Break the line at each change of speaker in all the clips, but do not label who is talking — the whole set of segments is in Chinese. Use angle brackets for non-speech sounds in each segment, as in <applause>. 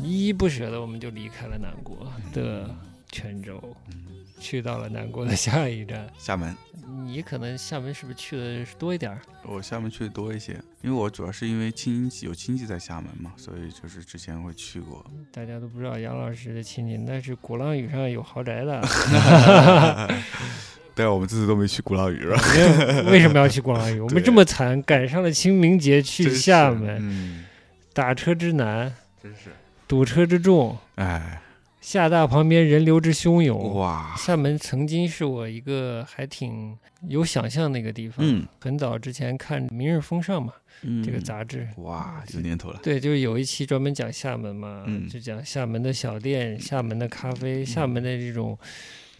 依依不舍的，我们就离开了南国
嗯
的泉州，去到了南国的下一站。
厦门，
你可能厦门是不是去的多一点儿？
我厦门去的多一些，因为我主要是因为亲戚有亲戚在厦门嘛，所以就是之前会去过。
大家都不知道杨老师的亲戚，那是鼓浪屿上有豪宅
<laughs>
的。
但是我们这次都没去鼓浪屿，是 <laughs> 吧？
为什么要去鼓浪屿？我们这么惨，赶上了清明节去
真是
厦门，
嗯，
打车之难，
真是，
堵车之重，
哎，
厦大旁边人流之汹
哦
涌。
哇，
厦门曾经是我一个还挺有想象的一个地方。
嗯，
很早之前看《明日风尚》嘛，
嗯
这个杂志。
哇，有年头了，
对，就是有一期专门讲厦门嘛，
嗯
就讲厦门的小店、厦门的咖啡、厦门的这种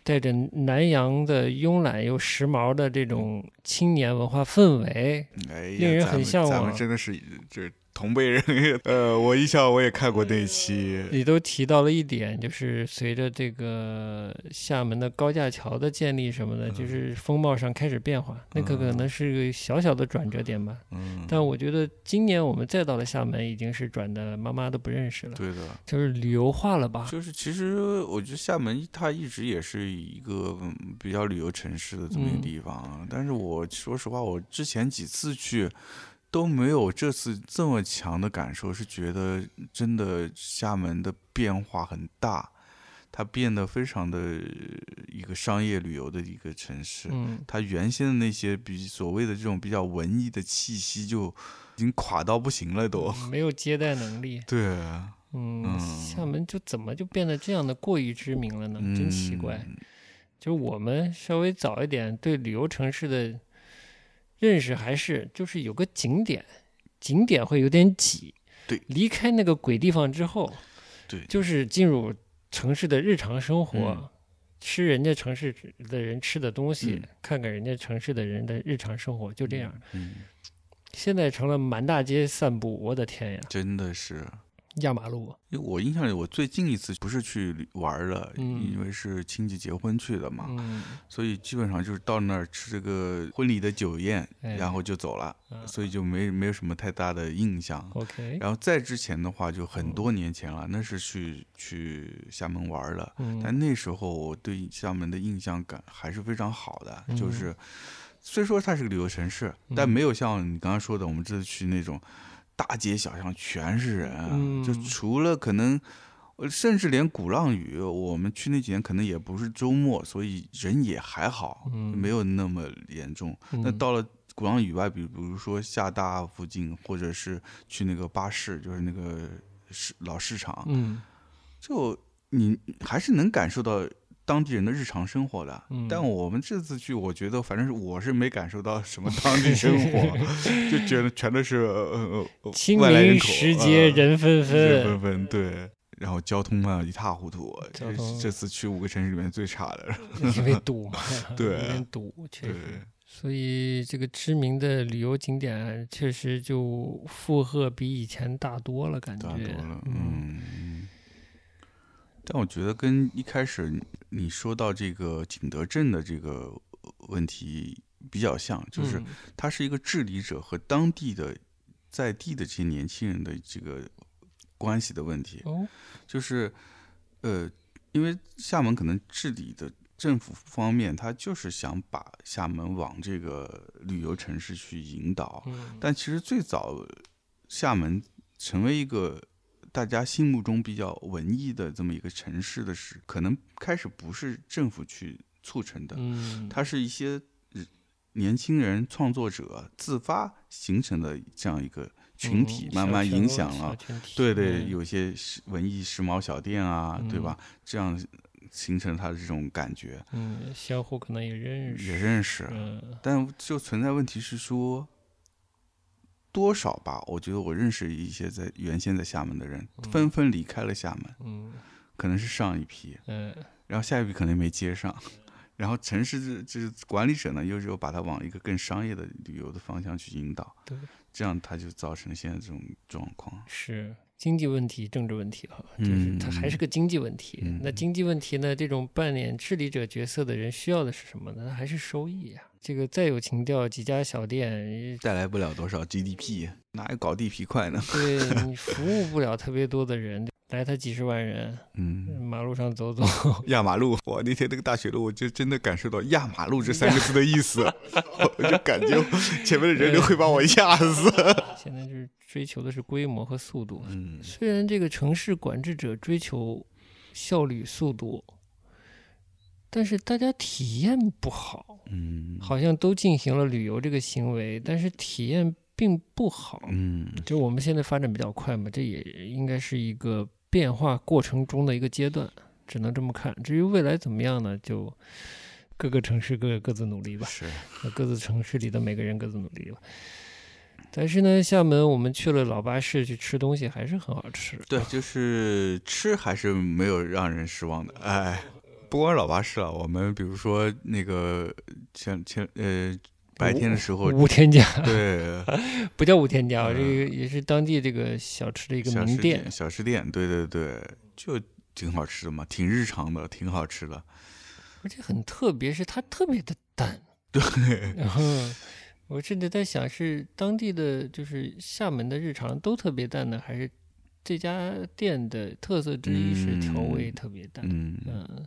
带着南洋的慵懒又时髦的这种青年文化氛围，
哎呀，
令人
咱
很
们
向
咱
往
们真的是就是同辈人， <laughs> 呃，我印象我也看过那一期，
你都提到了一点，就是随着这个厦门的高架桥的建立什么的，
嗯
就是风貌上开始变化，那个可能是个小小的转折点吧。
嗯，
但我觉得今年我们再到了厦门，已经是转的妈妈都不认识了，
对的，
就是旅游化了吧？
就是其实我觉得厦门它一直也是一个嗯比较旅游城市的这么一个
嗯
地方，但是我说实话，我之前几次去都没有这次这么强的感受，是觉得真的厦门的变化很大，它变得非常的一个商业旅游的一个城市。
嗯，
它原先的那些比所谓的这种比较文艺的气息就已经垮到不行了都，
没有接待能力。
对，
嗯，
嗯
厦门就怎么就变得这样的过于知名了呢？真奇怪。
嗯
就我们稍微早一点对旅游城市的认识，还是就是有个景点，景点会有点挤。
对
离开那个鬼地方之后，
对
就是进入城市的日常生活。
嗯
吃人家城市的人吃的东西，
嗯
看看人家城市的人的日常生活，就这样。
嗯，
现在成了满大街散步，我的天呀，
真的是。
压马路，
因为我印象里，我最近一次不是去旅玩儿了，
嗯
因为是亲戚结婚去的嘛，
嗯，
所以基本上就是到那儿吃这个婚礼的酒宴，
哎
然后就走了，
啊
所以就没没有什么太大的印象。
OK，
然后再之前的话，就
嗯
很多年前了，那是去去厦门玩儿了，
嗯
但那时候我对厦门的印象感还是非常好的，
嗯
就是虽说它是个旅游城市，但
嗯
没有像你刚刚说的，我们这次去那种大街小巷全是人啊，就
嗯
除了可能。呃甚至连鼓浪屿，我们去那几天可能也不是周末，所以人也还好，
嗯
没有那么严重。那
嗯
到了鼓浪屿外，比比如说厦大附近，或者是去那个巴士，就是那个市老市场，
嗯
就你还是能感受到当地人的日常生活的。
嗯
但我们这次去，我觉得反正是我是没感受到什么当地生
<laughs>
活，就觉得全都是呃呃呃
清
外来人
明
口
时节
呃
人纷
人
纷，
纷纷对。然后交通啊一塌糊涂，
交
这
通
这次去五个城市里面最差的。
<laughs> 因为
<laughs>
堵嘛，
对
有点堵，确
对，
实。所以这个知名的旅游景点确实就负荷比以前大多了，感觉
大多了，，嗯。但我觉得跟一开始你你说到这个景德镇的这个问题比较像，就是
嗯
它是一个治理者和当地的在地的这些年轻人的这个关系的问题，
哦，
就是呃，因为厦门可能治理的政府方面，他就是想把厦门往这个旅游城市去引导，
嗯，
但其实最早厦门成为一个。大家心目中比较文艺的这么一个城市的时，可能开始不是政府去促成的，
嗯，
它是一些人年轻人创作者自发形成的这样一个群体，
嗯
慢慢影响，
小
了。
群体
对对，
嗯
有些时文艺时髦小店啊，对吧？这样形成它的这种感觉，
嗯，相互可能也认识，
也认识。
嗯
但就存在问题是说，多少吧？我觉得我认识一些在原先在厦门的人，纷纷离开了厦门，
嗯
可能是上一批。
嗯
然后下一笔可能没接上，然后城市这这管理者呢，又又把它往一个更商业的旅游的方向去引导，
对，
这样它就造成现在这种状况。
是经济问题、政治问题哈，就是它还是个经济问题。
嗯
那经济问题呢？这种扮演治理者角色的人需要的是什么呢？那还是收益呀、啊这个再有情调，几家小店，
带来不了多少 GDP，哪有搞地皮快呢？
对你服务不了特别多的人，来他几十万人，
嗯，
马路上走走，
<laughs>
<laughs>
压马路，我那天那个大学路，我就真的感受到“压马路”这三个字的意 <laughs> 思，我就感觉前面的人流会把我压死。
现在就是追求的是规模和速度。
嗯，
虽然这个城市管制者追求效率、速度，但是大家体验不好，
嗯，
好像都进行了旅游这个行为，但是体验并不好。
嗯，
就我们现在发展比较快嘛，这也应该是一个变化过程中的一个阶段，只能这么看。至于未来怎么样呢，就各个城市各各自努力吧，
是，
各自城市里的每个人各自努力吧。但是呢，厦门我们去了老巴市去吃东西，还是很好吃。
对，就是吃还是没有让人失望的。哎，不光是老巴士了，我们比如说那个前前呃白天的时候，
五天
<laughs>
假
对，
不叫五天假，
嗯
这个也是当地这个小吃 <laughs> 的一个
小
名
吃
店。
小吃店，对对对，就挺好吃的嘛，挺日常的，挺好吃
<laughs>
的。
而且很特别，是它特别的淡。
嗯
对，然后我甚至在想，是当地的就是厦门的日常都特别淡呢，还是这家店的特色之一是调味
嗯
特别淡？
嗯，
嗯，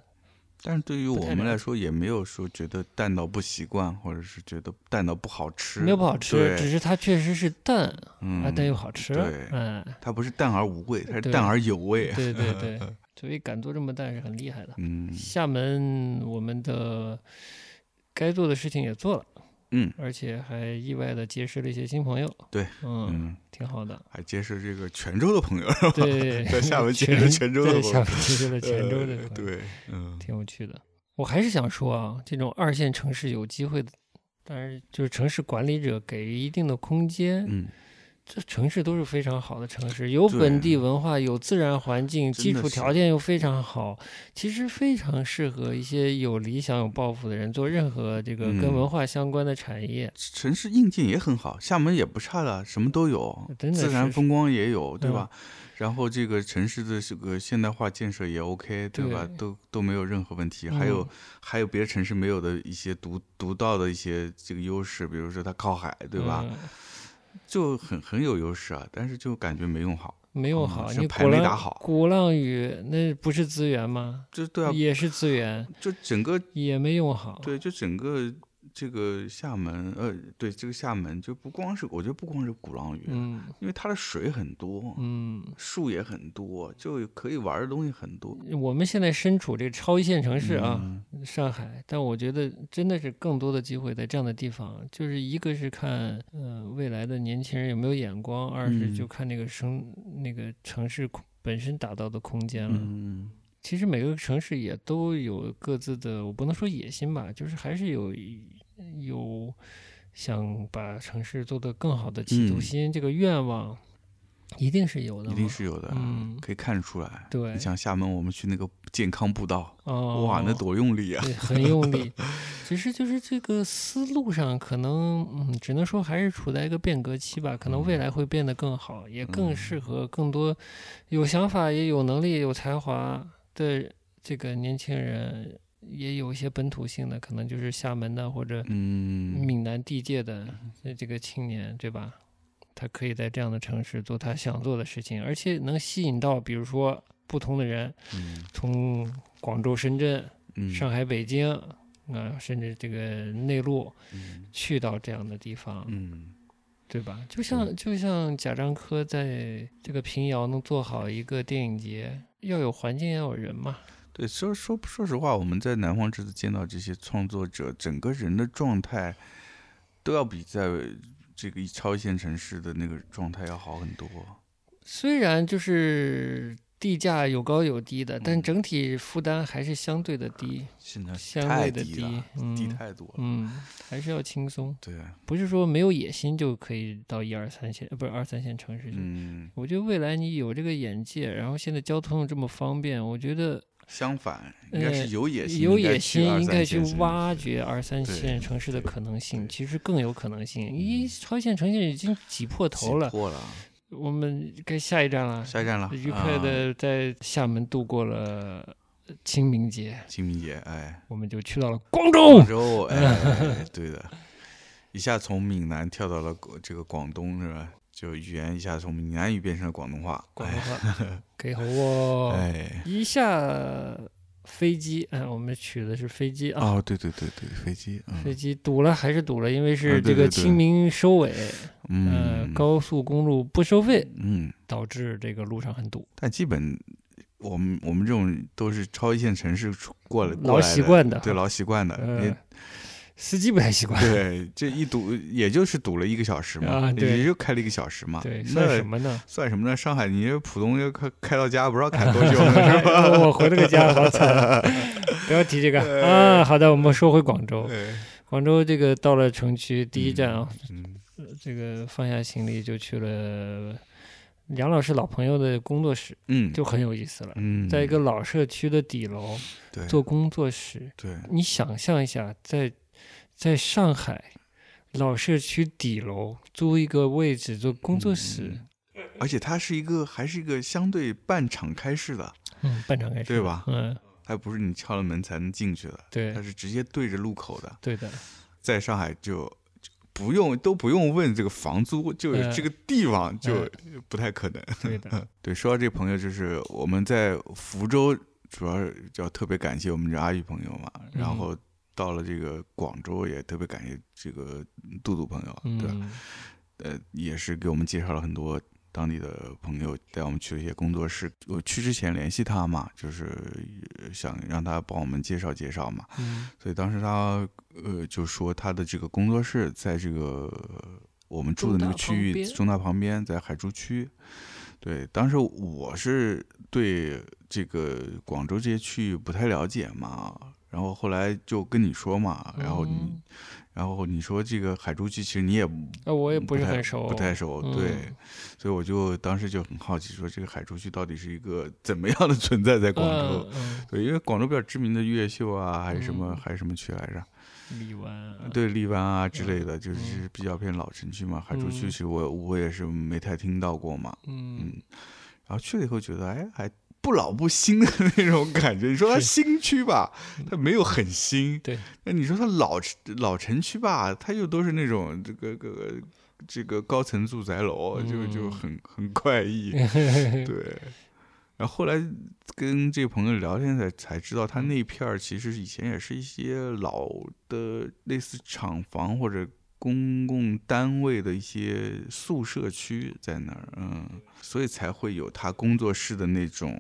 但是对于
不
我
太
们
了
来说，也没有说觉得淡到不习惯，或者是觉得淡到不好吃。
没有不好吃，
对
只是它确实是淡啊
嗯，，
但又好吃。
对
嗯，
<laughs> 它不是淡而无味，它是
对
淡而有味。
对对对，所以敢做这么淡是很厉害的。
嗯
厦门我们的该做的事情也做了，
嗯
而且还意外的结识了一些新朋友。
对，
嗯，
嗯，
挺好
<laughs>
的。
还结识这个泉州的朋友，
对， <laughs>
在厦门
全
接着泉州的
对
朋
厦
友
门接着了泉州的
呃
朋友，
<laughs> 对，嗯
挺有趣的。我还是想说啊，这种二线城市有机会的，当然就是城市管理者给予一定的空间，
嗯，
这城市都是非常好的城市，有
对
本地文化，有自然环境，
真
基
的
础
是
条件又非常好，其实非常适合一些有理想、有抱负的人做任何这个跟
嗯
文化相关的产业。
城市硬件也很好，厦门也不差的，什么都有，
真的
自然
是嗯
风光也有，对吧？然后这个城市的这个现代化建设也 OK，对吧？
对
都都没有任何问题，
嗯
还有还有别的城市没有的一些独独到的一些这个优势，比如说它靠海，对吧？
嗯
就很很有优势啊，但是就感觉没用好，
没有
嗯
好，
是
你
牌
鼓
没
浪
打好
鼓浪屿那不是资源吗？
就对啊，
也是资源，
就整个
也没用好。
对，就整个这个厦门，呃，对，这个厦门就不光是，我觉得不光是鼓浪屿，
嗯
因为它的水很多，
嗯，
树也很多，就可以玩的东西很多。
我们现在身处这个超一线城市啊，
嗯，
上海，但我觉得真的是更多的机会在这样的地方，就是一个是看，呃，未来的年轻人有没有眼光，二是
嗯
就看那个生那个城市空本身打造的空间了。
嗯，
其实每个城市也都有各自的，我不能说野心吧，就是还是有有想把城市做得更好的企图
嗯
心，这个愿望一定是有的嘛，
一定是有的，
嗯
可以看得出来。
对
你像厦门，我们去那个健康步道，
哦，
哇，那多
<laughs>
用力啊！
对，很用力。只是就是这个思路上，可能嗯，只能说还是处在一个变革期吧。可能未
嗯
来会变得更好，也更
嗯
适合更多有想法、也有能力、有才华的这个年轻人，也有一些本土性的，可能就是厦门的或者
嗯，
闽南地界的呃这个青年，对吧？他可以在这样的城市做他想做的事情，而且能吸引到比如说不同的人，
嗯
从广州、深圳。
嗯，
上海、北京啊、甚至这个内陆
嗯，
去到这样的地方，
嗯，
对吧？就像就像贾樟柯在这个平遥能做好一个电影节，要有环境，要有人嘛。
对，说说说实话，我们在南方这次见到这些创作者，整个人的状态都要比在这个超一线城市的那个状态要好很多。
虽然就是地价有高有低的，但
嗯
整体负担还是相对的低，
现在
相
太
对的
低了，低
嗯
太多了。
嗯，还是要轻松，
对，
不是说没有野心就可以到一二三线，呃不是二三线城市去。
嗯，
我觉得未来你有这个眼界，然后现在交通又这么方便，我觉得
相反，应该是有野心，
呃有
应该
野
去
心
二
应
三
该去
线城市
挖。掘二三
对
线城市的
对
可能性，
对嗯
其实更有可能性。一超一线城市已经挤破
挤
头了，
破了，
我们该下一站了。
下一站了，
愉快
啊
的在厦门度过了清明节，
清明节，哎，
我们就去到了广州
广。州，哎，哎哎
<laughs>
对的，一下从闽南跳到了广这个广东是吧？就语言一下从闽南语变成了广东话，
广东
<laughs>
话，给好哦。
哎，
一下飞机，哎，我们取的是飞机啊，
哦，对对对对，飞机，
飞
嗯
机堵了还是堵了，因为
啊
是
对
这个
对对
清明收尾，呃
嗯，，
高速公路不收费，
嗯，
导致这个路上很堵，
但基本我们我们这种都是超一线城市出过来，过
嗯老
来
习惯的
的，对，
哈
老习惯的，
呃 <laughs>
也
司机不太习惯。
对，这一堵也就是堵了一个小时嘛
啊，对
也就开了一个小时嘛，
对，算
啊那
什么
<laughs>
呢？
算什么呢？上海，你这浦东就开开到家，不知道开多久了，
<laughs> 哎
是吧？
我回了个家，好惨！不要提这个啊。好的，我们说回广州。
对，
广州这个到了城区第一站啊，
嗯，
这个放下行李就去了梁老师老朋友的工作室，
嗯，
就很有意思了。
嗯，
在一个老社区的底楼
对
做工作室，
对，
你想象一下，在在上海老社区底楼租一个位置做工作室，
而且它是一个还是一个相对半敞开式的，
嗯，半场开始，
对吧？
嗯，
它不是你敲了门才能进去的，
对
它，是直接对着路口的。
对的，
在上海就就不用都不用问这个房租，就是
嗯
这个地方就不太可能。
对的，
<laughs> 对，说到这朋友，就是我们在福州，主要是就要特别感谢我们这阿玉朋友嘛，然
嗯
后到了这个广州也特别感谢这个杜杜朋友，对吧？
嗯，
呃，也是给我们介绍了很多当地的朋友，带我们去了一些工作室。我去之前联系他嘛，就是呃想让他帮我们介绍介绍嘛。
嗯，
所以当时他呃就说他的这个工作室在这个呃我们住的那个区域中
中
大旁边，在海珠区。对，当时我是对这个广州这些区域不太了解嘛，然后后来就跟你说嘛，然后你，
嗯
然后你说这个海珠区其实你也
啊，我也不是
太
很熟，
不太熟，
嗯
对，所以我就当时就很好奇，说这个海珠区到底是一个怎么样的存在在广州？
嗯，嗯
对，因为广州比较知名的越秀啊，还有什么、
嗯
还有什么区来着？
荔湾，，
对，荔湾啊之类的，就是比较偏老城区嘛。海珠区
嗯
其实我我也是没太听到过嘛，嗯
嗯，。
然后去了以后觉得，哎，还不老不新的 <laughs> 那种感觉。你说它
是嗯
新区吧，它没有很新，
对，
那你说它老老城区吧，它又都是那种这个个个这个高层住宅楼，就就
嗯，
很很怪异
<laughs>
对。然后后来跟这个朋友聊天才才知道，他
嗯
那片儿其实以前也是一些老的类似厂房或者公共单位的一些宿舍区在那儿，嗯，所以才会有他工作室的那种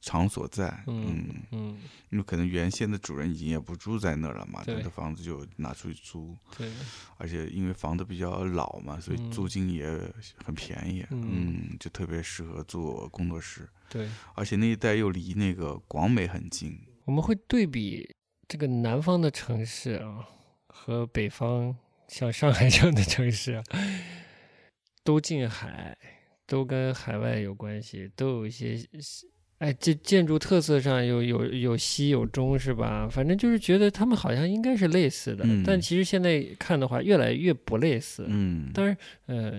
场所在，嗯
嗯嗯，
因为可能原先的主人已经也不住在那儿了嘛，他
对
的房子就拿出去租，
对的，
而且因为房子比较老嘛，所以
嗯
租金也很便宜，
嗯
嗯，就特别适合做工作室，
对，
而且那一带又离那个广美很近，
我们会对比这个南方的城市啊，和北方像上海这样的城市、啊，都近海，都跟海外有关系，都有一些，哎，这建筑特色上有有有西有中是吧？反正就是觉得他们好像应该是类似的，
嗯
但其实现在看的话，越来越不类似。
嗯，
当然，呃，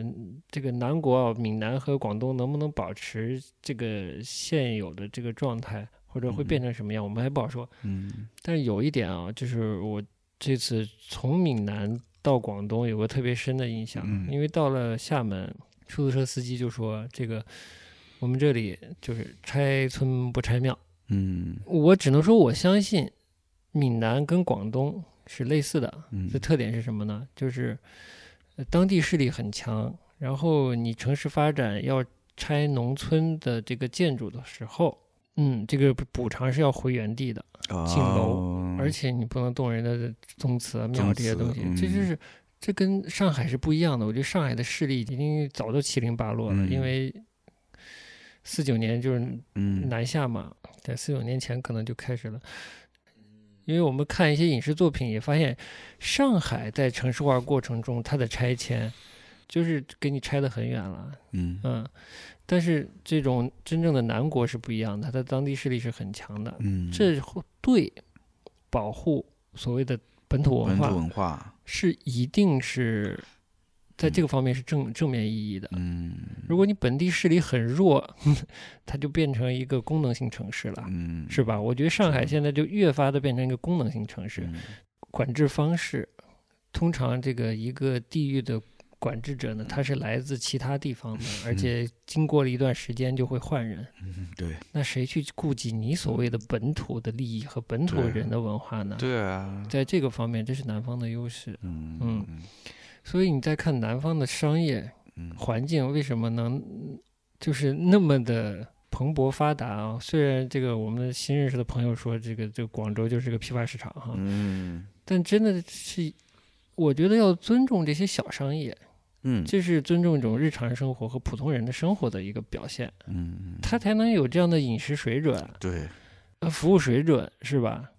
这个南国啊，闽南和广东能不能保持这个现有的这个状态，或者会变成什么样，我们还不好说。
嗯
但是有一点啊，就是我这次从闽南到广东有个特别深的印象，
嗯
因为到了厦门，出租车司机就说这个。我们这里就是拆村不拆庙，
嗯
我只能说我相信闽南跟广东是类似的，
嗯
这特点是什么呢？就是呃当地势力很强，然后你城市发展要拆农村的这个建筑的时候，嗯，这个补偿是要回原地的，进楼
哦
而且你不能动人的宗祠啊、庙
宗
这些
祠
东西，
嗯
这就是。这跟上海是不一样的，我觉得上海的势力已经早都七零八落了，
嗯
因为四九年就是
嗯
南下嘛，在四九年前可能就开始了。因为我们看一些影视作品，也发现上海在城市化过程中，它的拆迁就是给你拆得很远了，
嗯
嗯。但是这种真正的南国是不一样的，它的当地势力是很强的，
嗯，
这会对保护所谓的本土文
本土
化
文化
是一定是在这个方面是正正面意义的。
嗯
如果你本地势力很弱， <laughs> 它就变成一个功能性城市了，啊
嗯，
是吧？我觉得上海现在就越发的变成一个功能性城市，
嗯
管制方式，通常这个一个地域的管制者呢，他是来自其他地方的，而且经过了一段时间就会换人。
嗯对
那谁去顾及你所谓的本土的利益和本土
对
人的文化呢？
对啊，
在这个方面，这是南方的优势。
嗯
嗯
嗯
所以你再看南方的商业
嗯
环境，为什么能就是那么的蓬勃发达啊？虽然这个我们新认识的朋友说，这个这个广州就是个批发市场哈，
嗯
但真的是，我觉得要尊重这些小商业，
嗯
这是尊重一种日常生活和普通人的生活的一个表现，
嗯，
他才能有这样的饮食水准、啊
对，
呃服务水准，是吧？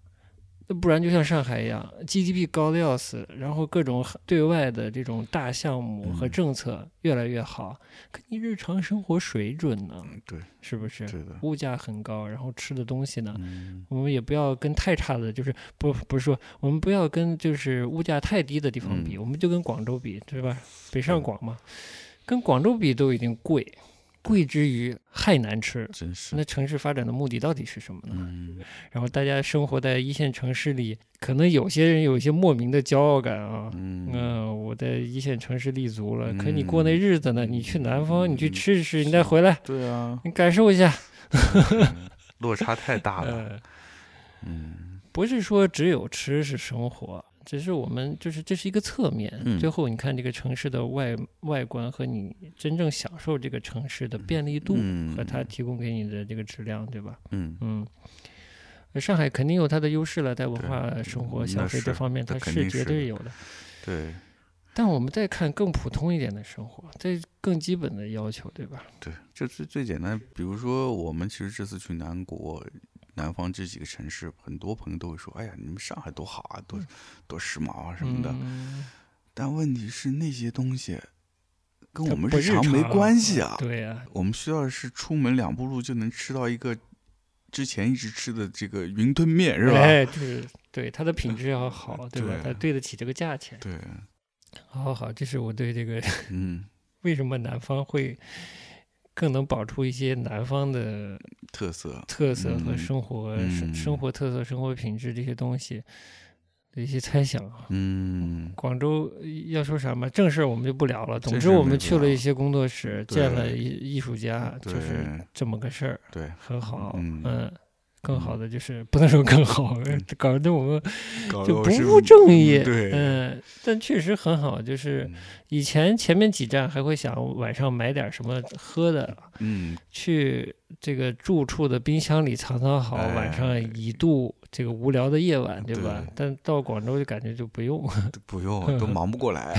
那不然就像上海一样，GDP 高的要死，然后各种对外的这种大项目和
嗯
政策越来越好，可你日常生活水准呢？
嗯对，
是不是？
对的，
物价很高，然后吃的东西呢？
嗯
我们也不要跟太差的，就是不不是说我们不要跟就是物价太低的地方比，
嗯
我们就跟广州比，对吧？北上
对
广嘛，跟广州比都已经贵，贵之余还难吃。
真是
那，城市发展的目的到底是什么呢？
嗯
然后大家生活在一线城市里，可能有些人有一些莫名的骄傲感啊。
嗯
嗯，我在一线城市立足了，
嗯
可你过那日子呢？你去南方，你去
嗯
吃吃，你再回来，<laughs>
对啊，嗯
你感受一下。
落差太大了，
呃，
嗯
不是说只有吃是生活，只是我们就是这是一个侧面。
嗯
最后你看这个城市的外外观和你真正享受这个城市的便利度
嗯
和它提供给你的这个质量，对吧？
嗯，
嗯。而上海肯定有它的优势了，在文化、生活、
嗯
消
那
费
是
这方面，
那
它
肯
是
定
绝
是
对
的
有的。
对
但我们再看更普通一点的生活，这更基本的要求，对吧？
对，这最最简单，比如说我们其实这次去南国。南方这几个城市，很多朋友都会说：“哎呀，你们上海多好啊，多多时髦啊什么的。
嗯
但问题是，那些东西跟
它
我们
不
日
日
常没
常嗯
关系啊。
对呀、
我们需要的是出门两步路就能吃到一个之前一直吃的这个云吞面，是吧？
哎，就是对它的品质要
<laughs>
好，对吧？
对
它对得起这个价钱。
对，
好好好，这是我对这个 <laughs>
嗯，
为什么南方会更能保出一些南方的
特色，
特色和
嗯
生活、生
嗯
生活特色、生活品质这些东西的一些猜想啊。
嗯，
广州呃要说啥嘛？正事儿我们就不聊了。总
正
之，
事儿
我
没
们
必
去了
要
一些工作室，
对
见了艺艺术家，就是
对
这么个事儿，
对，
很好。
嗯
嗯，更好的就是不能说更好，搞得我们
搞得
就
我
不
是
务正业。
嗯对，嗯
嗯，但确实很好。就是以前前面几站还会想晚上买点什么喝的，
嗯，
去这个住处的冰箱里藏藏好，
哎
晚上以度这个无聊的夜晚，对吧
对？
但到广州就感觉就不用。
都
<laughs>
不用，都忙不过来，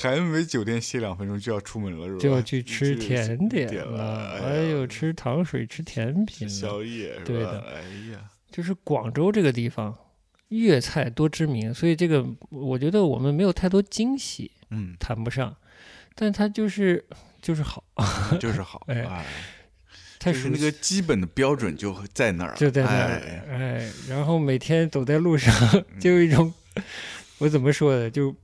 还没酒店歇两分钟就要出门了，是吧？
就要去吃
这
甜点
点
了
了，
哎
哎呀
呦，吃糖水、吃甜品
吃
了。
宵夜，是吧
对的
哎呀，
就是广州这个地方，粤菜多知名，所以这个我觉得我们没有太多惊喜，
嗯，
谈不上，但它就是就是好，
就是好，
<laughs> 哎
哎，
太
就是
熟
那
悉
个。基本的标准就在那儿，
就在那
哎嗯
儿，哎，然后每天走在路上，就有一种我怎么说呢？就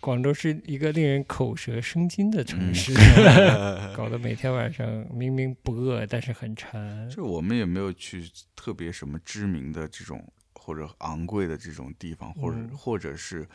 广州是一个令人口舌生津的
嗯
城
<laughs>
市，搞得每天晚上明明不饿，但是很馋。
就我们也没有去特别什么知名的这种或者昂贵的这种地方，或者、
嗯
或者是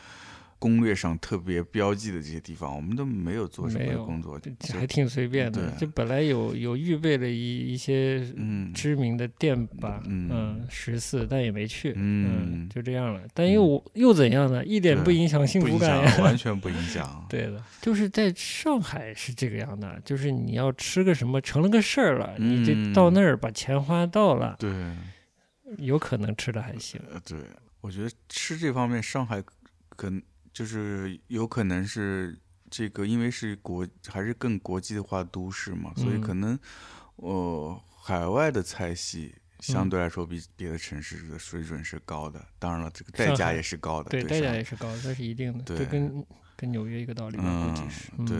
攻略上特别标记的这些地方，我们都没有做什
没
么
有
工作。
这
就
还挺随便的，
对
这本来有有预备了一一些
嗯
知名的店吧，
嗯
嗯，十四，但也没去，
嗯
就这样了。但又又怎样呢？一点
对
不影响幸
不
福
影
感
响
呀，，
完全不影响。
<laughs> 对的，就是在上海是这个样的，就是你要吃个什么成了个事儿了，
嗯
你得到那儿把钱花到了，
对
有可能吃的还行。
呃对，我觉得吃这方面，上海可能就是有可能是这个，因为是国还是更国际化都市嘛，所以
嗯
可能呃海外的菜系。相
嗯
对来说，比别的城市的水准是高的，当然了，这个
上
代价
海
也是高的，
对，代
呃上
价
海
也是高，这是一定的，
对
就跟跟纽约一个道理吧，估计是。嗯
嗯，对。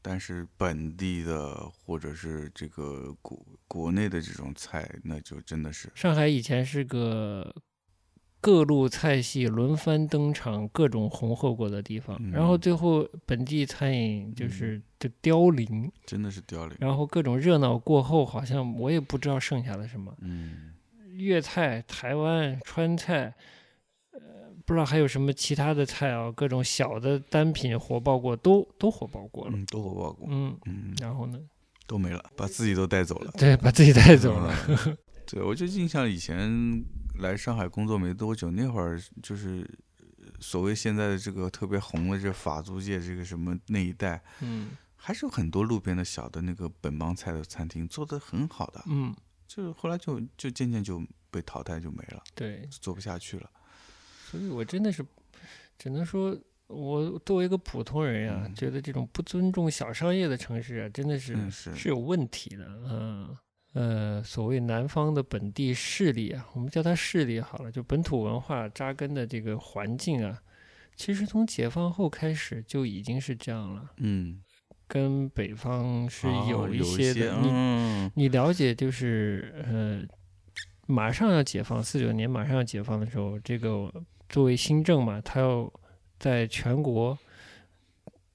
但是本地的或者是这个国国内的这种菜，那就真的是
上海以前是个各路菜系轮番登场，各种红火过的地方，
嗯
然后最后本地餐饮就是的凋零，
真的是凋零。
然后各种热闹过后，好像我也不知道剩下了什么。
嗯，
粤菜、台湾川菜，呃，不知道还有什么其他的菜啊，各种小的单品火爆过，都都火爆过了。
嗯，都火爆过，
嗯，
嗯，
然后呢？
都没了，把自己都带走了。
对，把自己带走了。
嗯。对，我就印象以前来上海工作没多久，那会儿就是呃所谓现在的这个特别红的这法租界这个什么那一带，
嗯
还是有很多路边的小的那个本帮菜的餐厅做的很好的，
嗯，
就是后来就就渐渐就被淘汰就没了，
对，
做不下去了。
所以我真的是，只能说，我作为一个普通人呀、
嗯
觉得这种不尊重小商业的城市啊，真的是、
嗯，是
是有问题的。嗯呃，所谓南方的本地势力啊，我们叫它势力好了，就本土文化扎根的这个环境啊，其实从解放后开始就已经是这样了，
嗯，
跟北方是
哦有
一些的。你
嗯，
你了解就是呃，马上要解放，四九年马上要解放的时候，这个作为新政嘛，他要在全国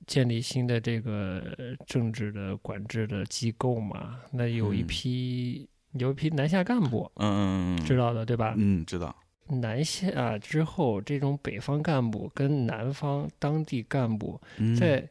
建立新的这个呃政治的管制的机构嘛，那有一
嗯
批、有一批南下干部，
嗯嗯嗯，
知
道，
道的对吧？
嗯知道，
南下之后，这种北方干部跟南方当地干部
嗯
在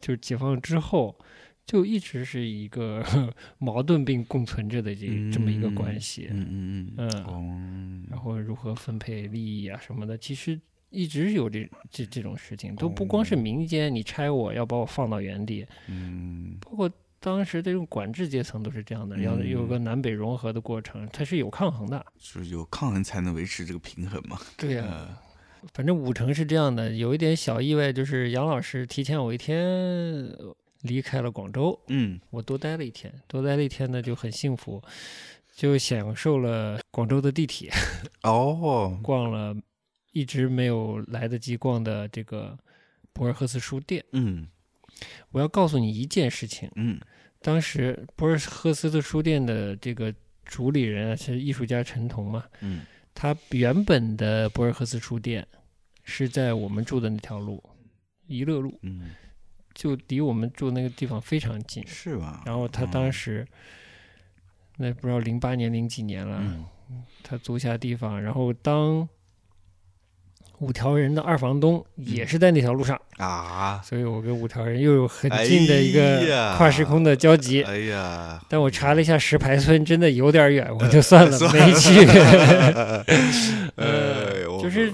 就是解放之后，就一直是一个 <laughs> 矛盾并共存着的这这么一个关系。
嗯嗯嗯
嗯
嗯，
然后如何分配利益啊什么的，其实一直有这这这种事情，都不光
哦
是民间，你拆我要把我放到原地，
嗯
包括当时这种管制阶层都是这样的，要
嗯
有个南北融合的过程，它是有抗衡的。
就是有抗衡才能维持这个平衡嘛。
对呀、
呃，
反正五成是这样的，有一点小意外就是杨老师提前我一天离开了广州。
嗯，
我多待了一天，多待了一天呢就很幸福，就享受了广州的地铁，
哦，
逛了一直没有来得及逛的这个博尔赫斯书店。
嗯
我要告诉你一件事情，
嗯
当时博尔赫斯的书店的这个主理人啊是艺术家陈彤嘛，
嗯，
他原本的博尔赫斯书店是在我们住的那条路，怡乐路，
嗯，
就离我们住那个地方非常近。
是吧？
然后他当时，那不知道零八年零几年了，
嗯
他租下地方，然后当五条人的二房东也是在那条路上，
啊，
所以我跟五条人又有很近的一个跨时空的交集。
哎呀，
但我查了一下石牌村，真的有点远，我就 <laughs> 算了，呃没去。
哎，我
就是，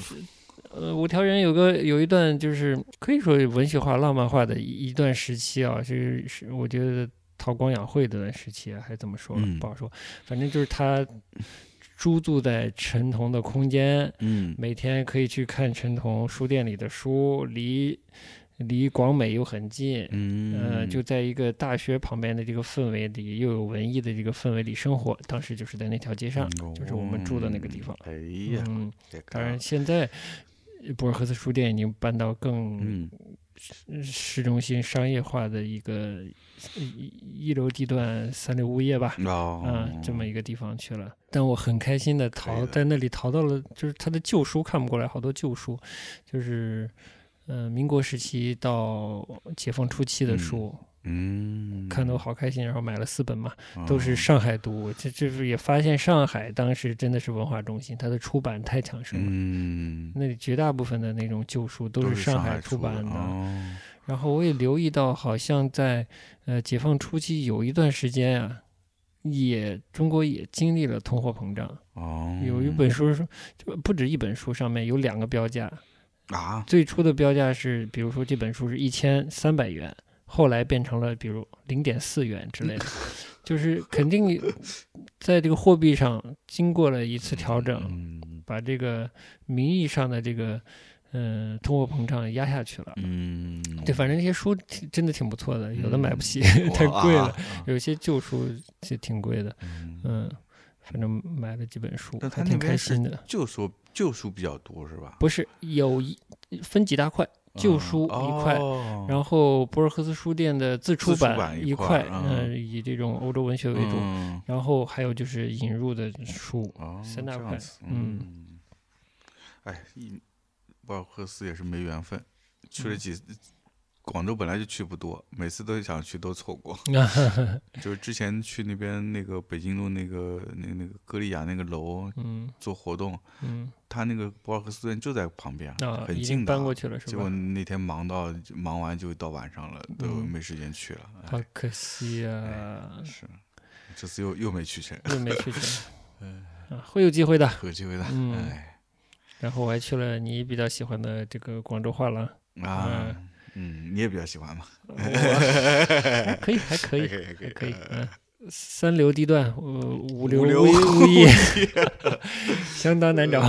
呃，五条人有个有一段，就是可以说文学化、浪漫化的一一段时期啊，就是是我觉得韬光养晦的那段时期、啊，还是怎么说、
嗯
不好说。反正就是他租住在陈彤的空间，
嗯
每天可以去看陈彤书店里的书，离离广美又很近。
嗯
呃，就在一个大学旁边的这个氛围里，又有文艺的这个氛围里生活。当时就是在那条街上，就是我们住的那个地方。
嗯哎呀，
嗯，当
啊
然，现在博尔赫斯书店已经搬到更
嗯
呃市中心商业化的一个一一楼地段三六物业吧，
哦，
啊，这么一个地方去了。但我很开心的
可
淘
以的
在那里淘到了，就是他的旧书看不过来，好多旧书，就是呃民国时期到解放初期的
嗯
书，
嗯，哦
看得我
到
好开心，然后买了四本嘛，都是上海读，这这是也发现上海当时真的是文化中心，它的出版太抢手了。
哦嗯，
那里绝大部分的那种旧书都
都
是
是
上
海
出
的哦
版的。然后我也留意到，好像在呃解放初期有一段时间啊，也中国也经历了通货膨胀。
哦，
有一本书是就不止一本书，上面有两个标价。
啊，
最初的标价是，比如说这本书是一千三百元，后来变成了比如零点四元之
<laughs>
类的，就是肯定在这个货币上经过了一次调整。
嗯
把这个名义上的这个嗯通货膨胀压下去了。
嗯，
对，反正这些书挺真的挺不错的，有的买不起， <laughs>
我
太贵了；
啊啊
有些旧书就挺贵的。
嗯
嗯，反正买了几本书，
但他
还
那
挺
边
开心的。
旧书旧书比较多是吧？
不是有一分几大块，旧
嗯
书一块然后博尔赫斯书店的自出
哦自出版一
一
块
块，
嗯
呃以这种欧洲文学为主。
嗯
然后还有就是引入的书，
哦
三大
这样
块
子
嗯
哎，一博尔赫斯也是没缘分，去了几、广州本来就去不多，每次都想去都
<laughs>
错过。就是之前去那边那个北京路那个那那个歌利亚那个楼
嗯
做活动，
嗯，
他那个博尔赫斯院就在旁边，
啊，
很
已
近
经
的啊。
搬过去了是
结果
吧？
那天忙到忙完就到晚上了，都
嗯
没时间去了。哎
好可惜啊，
是，这次又又没
<laughs>
去成，
又没去成。啊，会有机会的。
有机会的。
嗯
哎
然后我还去了你比较喜欢的这个广州画廊，
啊，嗯，你也比较喜欢嘛？
还可以，还可以，
可以，可
还可以。嗯，三流低段，呃，五流
五流
无无业， <laughs> 相当 <laughs> 难找。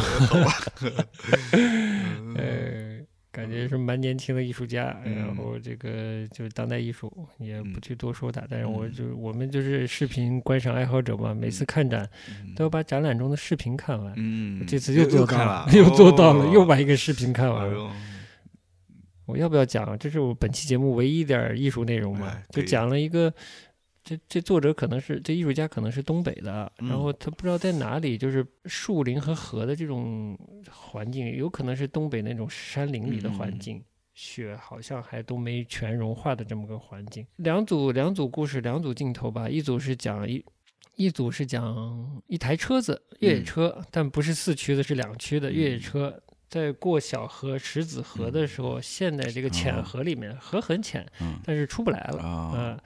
<laughs> 呃，感觉是蛮年轻的艺术家，然后这个就是当代艺术，也不
嗯
去多说它。但是我就我们就是视频观赏爱好者嘛，每次看展
嗯
都要把展览中的视频看完。
嗯，
哎这次又做到
看了，
<laughs> 又做到了，
哦
又把一个视频看完
哎
了。
呦
我要不要讲？啊这是我本期节目唯一一点儿艺术内容嘛
哎，
就
可以
讲了一个，这这作者可能是这艺术家可能是东北的，
嗯
然后他不知道在哪里，就是树林和河的这种环境，有可能是东北那种山林里的
嗯
环境。雪好像还都没全融化的这么个环境。两组两组故事，两组镜头吧。一组是讲一，一组是讲一台车子越野
嗯
车，但不是四驱的，是两驱的越野
嗯
车。在过小河石子河的时候，陷在这个浅
哦
河里面，河很浅，
嗯
但是出不来了。
啊，
嗯，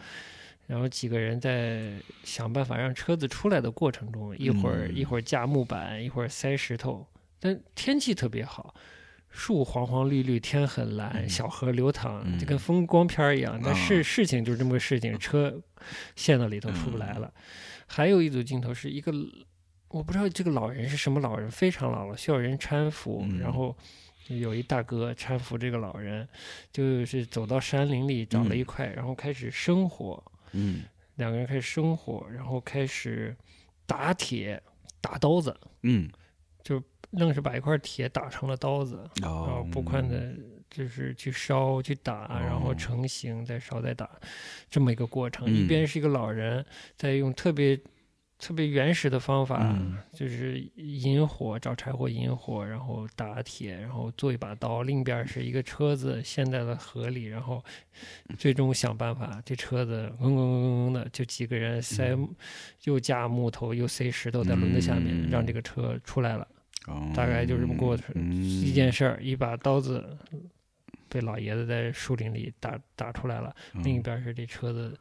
然后几个人在想办法让车子出来的过程中，一会儿
嗯
一会儿架木板，一会儿塞石头，但天气特别好。树黄黄绿绿，天很蓝，
嗯
小河流淌，
嗯
就跟风光片儿一样。但
啊嗯
事事情就是这么个事情，车陷到里头出不来了。还有一组镜头是一个，我不知道这个老人是什么老人，非常老了，需要人搀扶。
嗯
然后有一大哥搀扶这个老人，就是走到山林里找了一
嗯
块，然后开始生火，
嗯
两个人开始生火，然后开始打铁、打刀子，
嗯，
愣是把一块铁打成了刀子，然后
哦，
不断的就是去烧、去打，然后
哦
成型，再烧、再打，这么一个过程。
嗯
一边是一个老人在用特别特别原始的方法，
嗯
就是引火，找柴火引火，然后打铁，然后做一把刀。另一边是一个车子陷在了河里，然后
嗯
最终想办法，这车子嗡嗡嗡嗡的，就几个人塞，又架木头又塞石头在轮子下面，
嗯
让这个车出来了。
哦
大概就这么过去
嗯
一件事儿，一把刀子被老爷子在树林里打打出来了，另一
嗯
边是这车子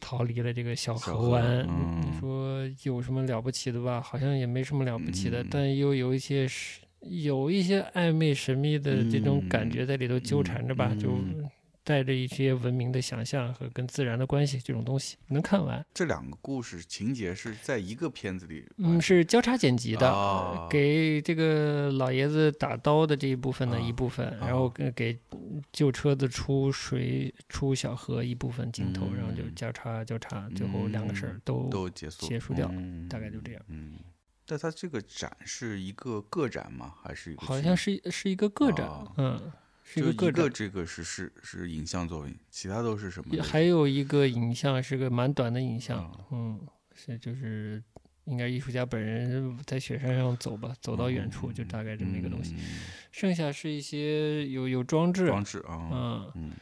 逃离了这个小
小
河
河
湾。
嗯
你说有什么了不起的吧？好像也没什么了不起的，
嗯
但又有一些是有一些暧昧神秘的这种感觉在里头纠缠着吧，
嗯嗯嗯
就。带着一些文明的想象和跟自然的关系这种东西，能看完。
这两个故事情节是在一个片子里完成的，
嗯，是交叉剪辑的，
哎哦
给这个老爷子打刀的这一部分呢、
啊
一部分，然后
啊
给给救车子出水出小河一部分镜头，然后就
嗯
交叉交叉，最后两个事儿
嗯
都
都结束
结束掉
嗯
大概就这样。
嗯，但它这个展是一个个展吗？还是一个
好
群
像是是一个个展，
哦
嗯，是
就
一个个展。
这个是是是影像作品，其他都是什么
也
类型？
还有一个影像是个蛮短的影像，
啊
嗯，是就是应该是艺术家本人在雪山上走吧，走到远处就大概这么一个东西，
嗯，
剩下是一些有有装置，
装置啊，
嗯
嗯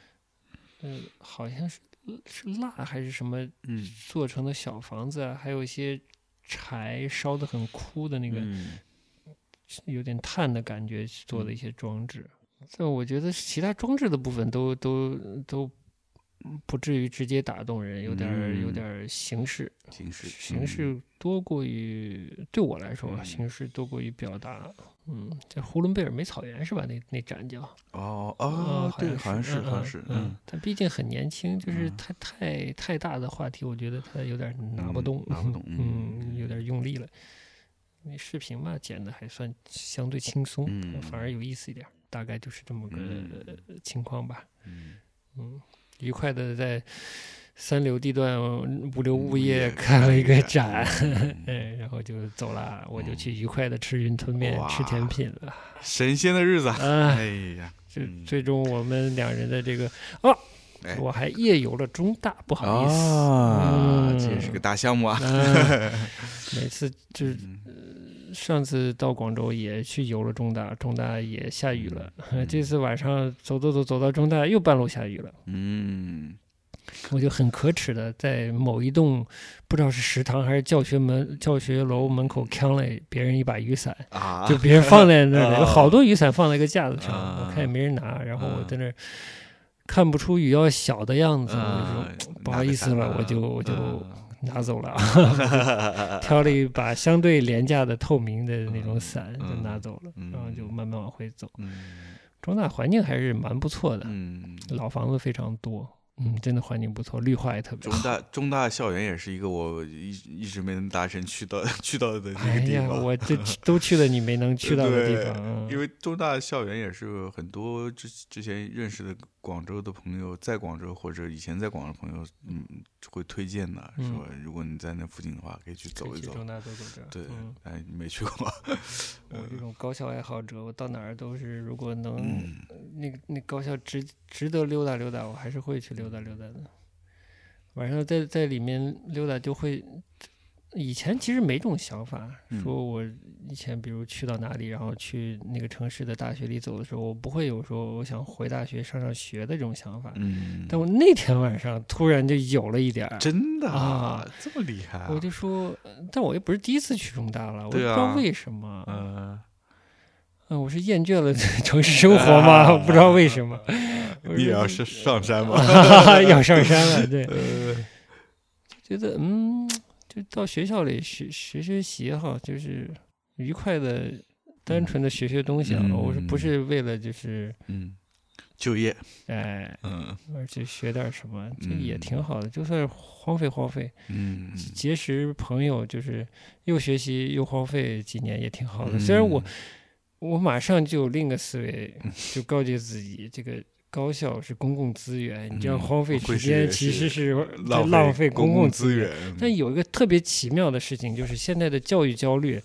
呃，好像是是蜡还是什么
嗯，
做成的小房子啊，还有一些柴烧的很枯的那个、
嗯
有点炭的感觉做的一些装置。但我觉得其他装置的部分都都都不至于直接打动人，有点儿有
嗯
点儿形式，
形式
形式多过于对我来说啊，
嗯
形式多过于表达。嗯，在呼伦贝尔梅草原是吧？那那展叫。
哦哦，对，好像是
嗯
好像是，
嗯
嗯，，
但毕竟很年轻，就是
嗯
太太太大的话题，我觉得他有点拿不
嗯
动，
拿不动
嗯
嗯，
有点用力了。那视频嘛，剪的还算相对轻松，
嗯
反而有意思一点。大概就是这么个
嗯
情况吧。
嗯
嗯，愉快的在三流地段五流物
物
业
业
看了一个展
看，
嗯，然后就走了。我就
嗯
去愉快的吃云吞面、吃甜
哇
品
<laughs>
了。
神仙的日子啊，
啊，
哎
<laughs>
呀，
最
嗯
最终我们两人的这个哦
哎，
我还夜游了中大，不好意思。
啊，
嗯
<laughs> 这也是个大项目啊，
嗯每次就是
嗯
上次到广州也去游了中大，中大也下雨了。啊
嗯
<laughs> 这次晚上走走走走到中大又半路下雨了，
嗯，
我就很可耻的在某一栋不知道是食堂还是教学门教学楼门口扛了别人一把雨伞，
啊，
就别人放在那
<laughs>
儿，
啊
有好多雨伞放在一个架子上，
啊
我看也没人拿，然后我
啊
在那儿看不出雨要小的样子，我
啊
就说不好意思了，我就我就
嗯
拿走了，
<laughs>
挑了一把相对廉价的透明的那种伞就拿走了，
嗯
然后就慢慢往回走。
嗯
中大环境还是蛮不错的，
嗯，
老房子非常多，嗯，真的环境不错，绿化也特别
<laughs> 中
好。
大中大校园也是一个我一一直没能达成去到去到的那
哎
个地
呀，
方。
我这都去了你没能去到的地
<laughs>
方，嗯
因
为
为中大校园也是很多之之前认识的广州的朋友，在广州或者以前在广州的朋友，嗯，会推荐的，
嗯
说如果你在那附近的话，可以去走一走。
中大走走这儿。
对
嗯，
哎，没去
<laughs>
过，
我这种高校爱好者，我到哪儿都是，如果能、
嗯
那个那高校值值得溜达溜达，我还是会去溜达溜达的。晚上在在里面溜达就会，以前其实没这种想法，
嗯
说我以前比如去到哪里，然后去那个城市的大学里走的时候，我不会有说我想回大学上上学的这种想法。
嗯，
但我那天晚上突然就有了一点儿，
真的
啊，
这么厉害啊，
我就说，呃但我也不是第一次去中大了，我也不
对
知
啊
道为什么，
呃，
嗯，我是厌倦了 <laughs> 城市生
啊
活吗？不知道为什么，我
你
是
也要是上山吗？ <laughs>
<laughs> 要上山了，对，
呃，
觉得嗯，就到学校里学学学习哈，就是愉快的、单纯的学学东西啊。
嗯
我是不是为了就是
嗯，就业，
哎，
嗯
而且学点什么，这也
嗯
挺好的，就算是荒废荒废，
嗯，
结识朋友，就是又学习又荒废几年也挺好
嗯
的。虽然我我马上就有另一个思
<laughs>
维，就告诫自己，这个高校是公共资源，你这样
嗯
荒废
会
时
是
间，
是
其实是
嗯
在
浪
浪费
公
共
资
源。
源，
但有一个特别奇妙的事情，就是现在的教育焦虑，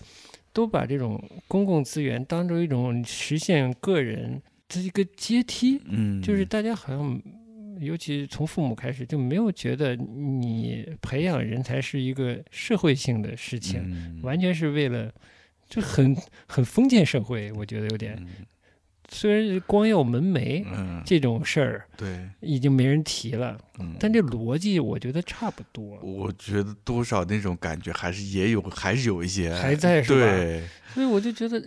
都把这种公共资源当做一种实现个人的一个阶梯，
嗯，
就是大家好像，尤其从父母开始，就没有觉得你培养人才是一个社会性的事情，
嗯
完全是为了。就很 <laughs> 很封建社会，我觉得有点。虽然光耀门楣
嗯，
这种事儿
对，
已经没人提了，
嗯，
但这逻辑我觉得差不多。
我觉得多少那种感觉还是也有，还是有一些，
还在是吧
对，
所以我就觉得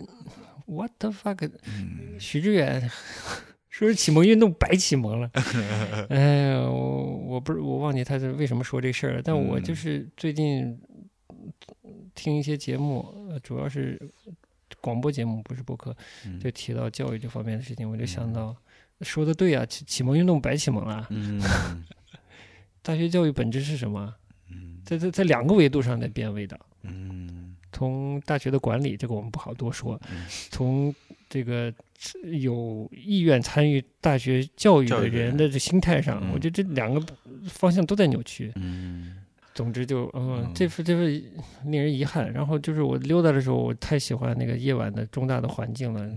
，what the fuck，
嗯
许志远说是启蒙运动白启蒙了。 <laughs> 哎呀，我我不是我忘记他是为什么说这事儿了，但我就
嗯
是最近听一些节目，呃主要是广播节目，不是播客，就提到教育这方面的事情，我就想到。说的对啊，启启蒙运动白启蒙了。
嗯
大学教育本质是什么？
嗯
在在在两个维度上在变味道。
嗯
从大学的管理，这个我们不好多说
嗯。
从这个呃有意愿参与大学教育
教
的
育的
人
人
的这心态上，
嗯
我觉得这两个方向都在扭曲。
嗯
总之就，嗯，
嗯
这份这份令人遗憾。然后就是我溜达的时候，我太喜欢那个夜晚的中大的环境了，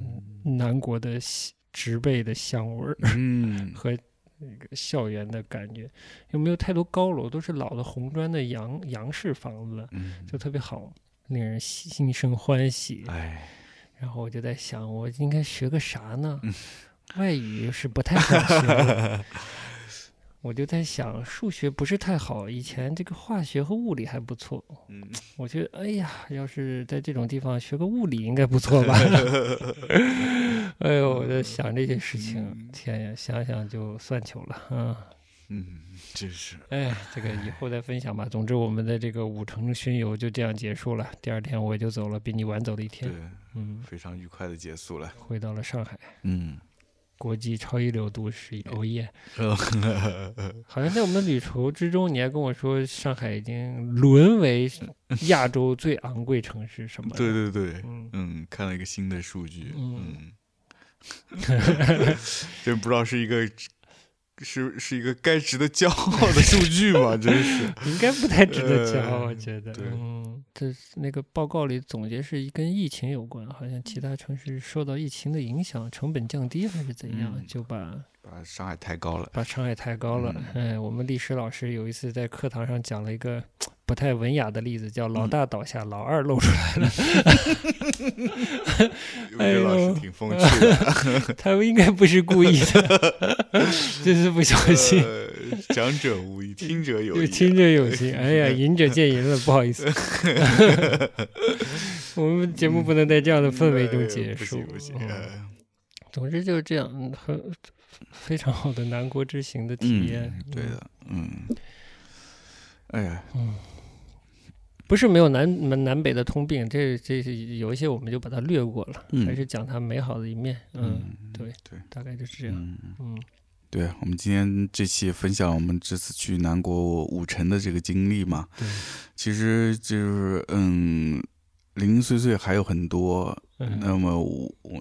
南国的西植被的香味儿
嗯
和那个校园的感觉，又没有太多高楼，都是老的红砖的洋洋式房子。
嗯，
就特别好，令人心生欢喜。
哎，
然后我就在想，我应该学个啥呢？
嗯
外语是不太想学的我就在想，数学不是太好，以前这个化学和物理还不错。
嗯
我觉得，哎呀，要是在这种地方学个物理应该不错
<laughs>
吧？ <laughs> 哎呦，我
嗯
在想这些事情，天呀，想想就算球了啊！
嗯，真是，
哎，这个以后再分享吧。总之，我们的这个五城巡游就这样结束了。第二天我也就走了，比你晚走了一
对
天。，嗯，
非常愉快的结束了，
回到了上海
嗯。
国际超一流都市。哦
<laughs>
耶！好像在我们旅途之中，你还跟我说上海已经沦为亚洲最昂贵城市什么的。
对对对，
嗯，
嗯，看了一个新的数据，
嗯
嗯， <laughs> 真不知道是一个是是一个该值得骄傲的数
<laughs>
据吧，真是，
应该不太值得骄傲，
呃
我觉得。
对
嗯，这是那个报告里总结是跟疫情有关，好像其他城市受到疫情的影响，成本降低还是怎样，
嗯
就把
把上海抬高了，
把上海抬高了。
嗯
哎，我们历史老师有一次在课堂上讲了一个不太文雅的例子，叫
嗯
老大倒下，老二露出来了。哎
我觉得老师挺风趣
<laughs>
的，
他们应该不是故意的，
<laughs>
就是不小心。
呃讲者无意，听者有
就
意。啊
听者有心，哎
<laughs>
呀，赢者见仁了，不好意思。 <laughs> 我们节目不能在这样的氛围中结束。
嗯哎不行不行，
嗯
呃
总之就是这样，嗯很非常好的南国之行的体验。
嗯，对的，嗯。哎呀，
不是没有南南北的通病，这这是有一些我们就把它略过了，
嗯
还是讲它美好的一面。嗯，
嗯
对
对，
大概就是这样。
嗯，
嗯
对，我们今天这期也分享我们这次去南国五城的这个经历嘛，
对，
其实就是嗯，零零碎碎还有很多，
嗯，
那么我我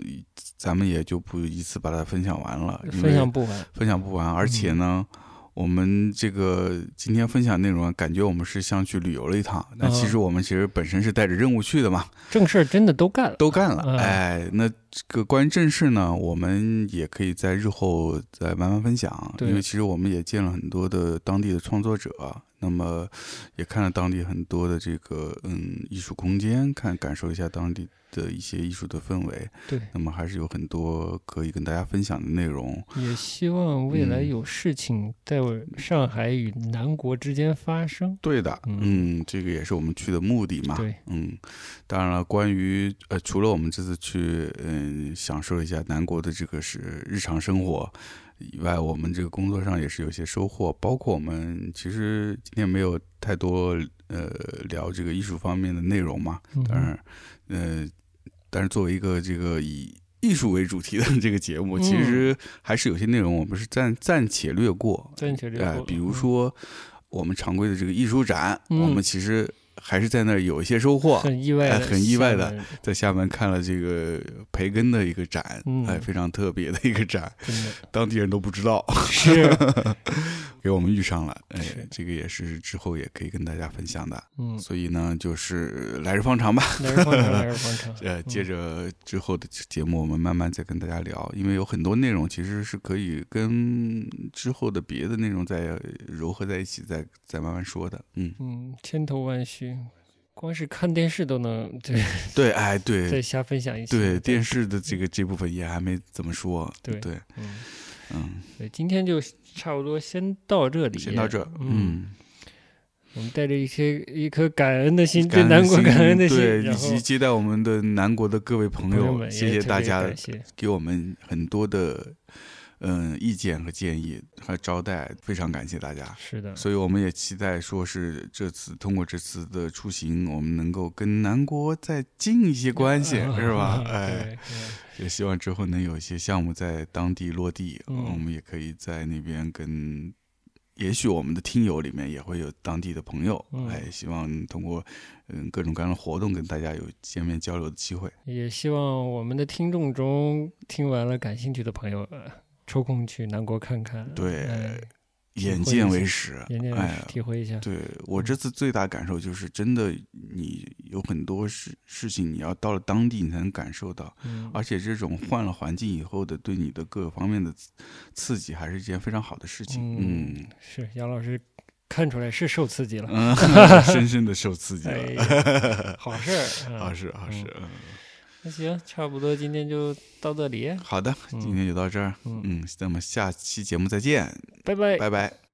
咱们也就不一次把它分享完了，因为
分享嗯不
<laughs>
完。
分享不完，而且呢。我们这个今天分享内容，啊，感觉我们是像去旅游了一趟，但
嗯
其实我们其实本身是带着任务去的嘛，
正事儿真的都干了。
都干了。
嗯
哎，那这个关于正事呢，我们也可以在日后再慢慢分享，
对
因为其实我们也见了很多的当地的创作者，那么也看了当地很多的这个嗯艺术空间，看感受一下当地的一些艺术的氛围。
对，
那么还是有很多可以跟大家分享的内容。
也希望未来
嗯
有事情在我上海与南国之间发生。
对的，
嗯
嗯，这个也是我们去的目的嘛。
对，
嗯，当然了，关于呃，除了我们这次去嗯享受一下南国的这个是日常生活以外，我们这个工作上也是有一些收获，包括我们其实今天没有太多呃聊这个艺术方面的内容嘛，
嗯
当然，呃，但是作为一个这个以艺术为主题的这个节目，其
嗯
实还是有些内容我们是暂暂且略过，
暂且略
哎
过
比如说我们常规的这个艺术展，
嗯
我们其实还是在那儿有一些收获。
很嗯意外
哎
的，
很意外的
厦门，
在厦门看了这个培根的一个展，
嗯
哎，非常特别的一个展，
真
<laughs>
的
当地人都不知道，
<laughs> 是，
给我们遇上了。哎
是，
这个也是之后也可以跟大家分享的。
嗯，
所以呢，就是来日方长吧。
哪儿广场哪儿广
<laughs>
场，
呃，接
嗯
着之后的节目，我们慢慢再跟大家聊，因为有很多内容其实是可以跟之后的别的内容再糅合在一起，再再慢慢说的。嗯，
嗯，千头万绪，光是看电视都能对
对，哎，
再
对
瞎分享一些。
对，电视的这个这部分也还没怎么说。
嗯对
对，
嗯，
嗯，
对，今天就差不多先到这里，
先到这儿。嗯，
我们带着一些一颗感恩的心，对
感
南国
心
感恩的心，
对，
然
以
后
及接待我们的南国的各位朋
朋友
友，
们
谢
也
谢
特
大
别
家
感谢，
给我们很多的嗯意见和建议，还有招待，非常感谢大家。
是的，？
所以我们也期待，说是这次通过这次的出行，我们能够跟南国再近一些关系，是吧哎，
啊 <laughs> 对，嗯
也希望之后能有一些项目在当地落地，
嗯
我们也可以在那边跟，也许我们的听友里面也会有当地的朋友，
嗯
哎，希望通过嗯各种各样的活动跟大家有见面交流的机会。
也希望我们的听众中听完了感兴趣的朋友，呃抽空去南国看看，哎
对
体会嗯
眼
一
见
下
为实，
人家
哎，
体会一下，
对我这次最大感受就是，真的，你有很多事事情，你要到了当地你才能感受到，
嗯，
而且这种换了环境以后的对你的各个方面的刺刺激，还是一件非常好的事情。
嗯
嗯，
是杨老师看出来是受刺激了，
嗯，深深的受刺激
哎
了，
呀，好事儿，
<laughs> 好
啊，
事好事。嗯
那行，差不多今天就到
嗯
这里，
好的，今天就到这儿，
嗯哎
嗯，那么下期节目再见，
拜拜。
拜拜。